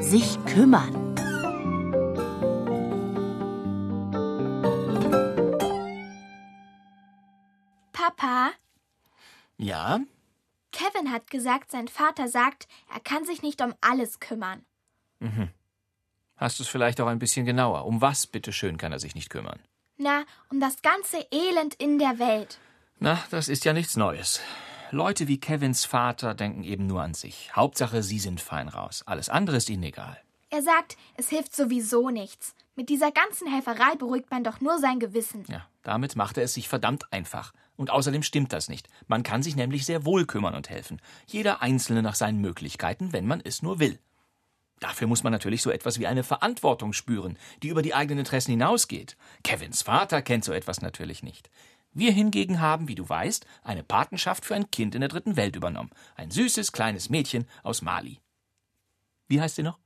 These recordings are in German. sich kümmern. Papa, Ja, Kevin hat gesagt, sein Vater sagt, er kann sich nicht um alles kümmern. Mhm. hast du es vielleicht auch ein bisschen genauer. Um was, bitteschön, kann er sich nicht kümmern? Na, um das ganze Elend in der Welt. Na, das ist ja nichts Neues. Leute wie Kevins Vater denken eben nur an sich. Hauptsache, sie sind fein raus. Alles andere ist ihnen egal. Er sagt, es hilft sowieso nichts. Mit dieser ganzen Helferei beruhigt man doch nur sein Gewissen. Ja, damit macht er es sich verdammt einfach. Und außerdem stimmt das nicht. Man kann sich nämlich sehr wohl kümmern und helfen. Jeder Einzelne nach seinen Möglichkeiten, wenn man es nur will. Dafür muss man natürlich so etwas wie eine Verantwortung spüren, die über die eigenen Interessen hinausgeht. Kevins Vater kennt so etwas natürlich nicht. Wir hingegen haben, wie du weißt, eine Patenschaft für ein Kind in der dritten Welt übernommen. Ein süßes kleines Mädchen aus Mali. Wie heißt sie noch?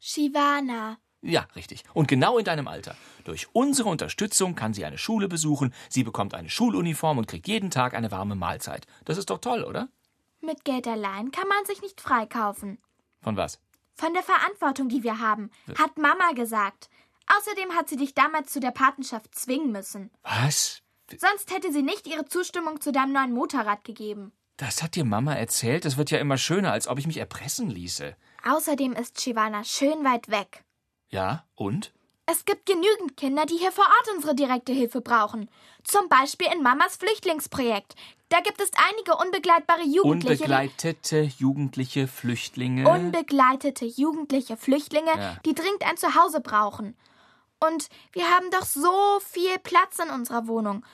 Shivana. Ja, richtig. Und genau in deinem Alter. Durch unsere Unterstützung kann sie eine Schule besuchen, sie bekommt eine Schuluniform und kriegt jeden Tag eine warme Mahlzeit. Das ist doch toll, oder? Mit Geld allein kann man sich nicht freikaufen. Von was? Von der Verantwortung, die wir haben, hat Mama gesagt. Außerdem hat sie dich damals zu der Patenschaft zwingen müssen. Was? Sonst hätte sie nicht ihre Zustimmung zu deinem neuen Motorrad gegeben. Das hat dir Mama erzählt? Das wird ja immer schöner, als ob ich mich erpressen ließe. Außerdem ist Shivana schön weit weg. Ja, und? Es gibt genügend Kinder, die hier vor Ort unsere direkte Hilfe brauchen. Zum Beispiel in Mamas Flüchtlingsprojekt. Da gibt es einige unbegleitbare Jugendliche. die- Unbegleitete jugendliche Flüchtlinge. unbegleitete jugendliche Flüchtlinge, Ja. die dringend ein Zuhause brauchen. Und wir haben doch so viel Platz in unserer Wohnung.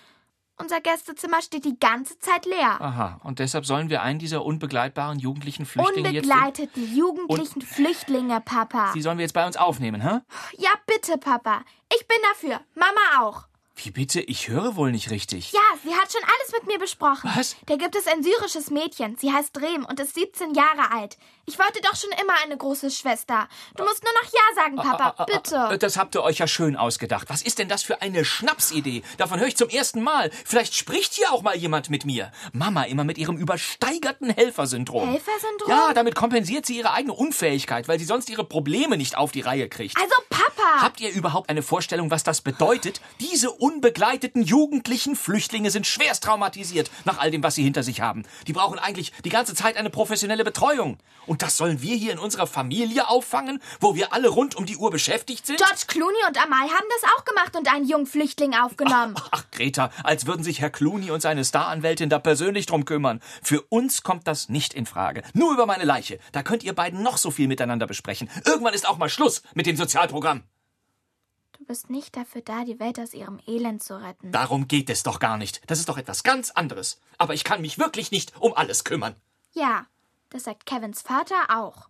Unser Gästezimmer steht die ganze Zeit leer. Aha, und deshalb sollen wir einen dieser unbegleitbaren jugendlichen Flüchtlinge jetzt. Unbegleitete jugendlichen Flüchtlinge, Papa. Die sollen wir jetzt bei uns aufnehmen, hä? Ja, bitte, Papa. Ich bin dafür. Mama auch. Wie bitte? Ich höre wohl nicht richtig. Ja, sie hat schon alles mit mir besprochen. Was? Da gibt es ein syrisches Mädchen. Sie heißt Drehm und ist 17 Jahre alt. Ich wollte doch schon immer eine große Schwester. Du musst nur noch Ja sagen, ah, Papa. Bitte. äh, Das habt ihr euch ja schön ausgedacht. Was ist denn das für eine Schnapsidee? Davon höre ich zum ersten Mal. Vielleicht spricht hier auch mal jemand mit mir. Mama immer mit ihrem übersteigerten Helfersyndrom. Helfersyndrom? Ja, damit kompensiert sie ihre eigene Unfähigkeit, weil sie sonst ihre Probleme nicht auf die Reihe kriegt. Also, Papa. Habt ihr überhaupt eine Vorstellung, was das bedeutet? Diese unbegleiteten jugendlichen Flüchtlinge sind schwerst traumatisiert nach all dem, was sie hinter sich haben. Die brauchen eigentlich die ganze Zeit eine professionelle Betreuung. Und das sollen wir hier in unserer Familie auffangen, wo wir alle rund um die Uhr beschäftigt sind? George Clooney und Amal haben das auch gemacht und einen jungen Flüchtling aufgenommen. Ach, Greta, als würden sich Herr Clooney und seine Staranwältin da persönlich drum kümmern. Für uns kommt das nicht in Frage. Nur über meine Leiche. Da könnt ihr beiden noch so viel miteinander besprechen. Irgendwann ist auch mal Schluss mit dem Sozialprogramm. Du bist nicht dafür da, die Welt aus ihrem Elend zu retten. Darum geht es doch gar nicht. Das ist doch etwas ganz anderes. Aber ich kann mich wirklich nicht um alles kümmern. Ja, das sagt Kevins Vater auch.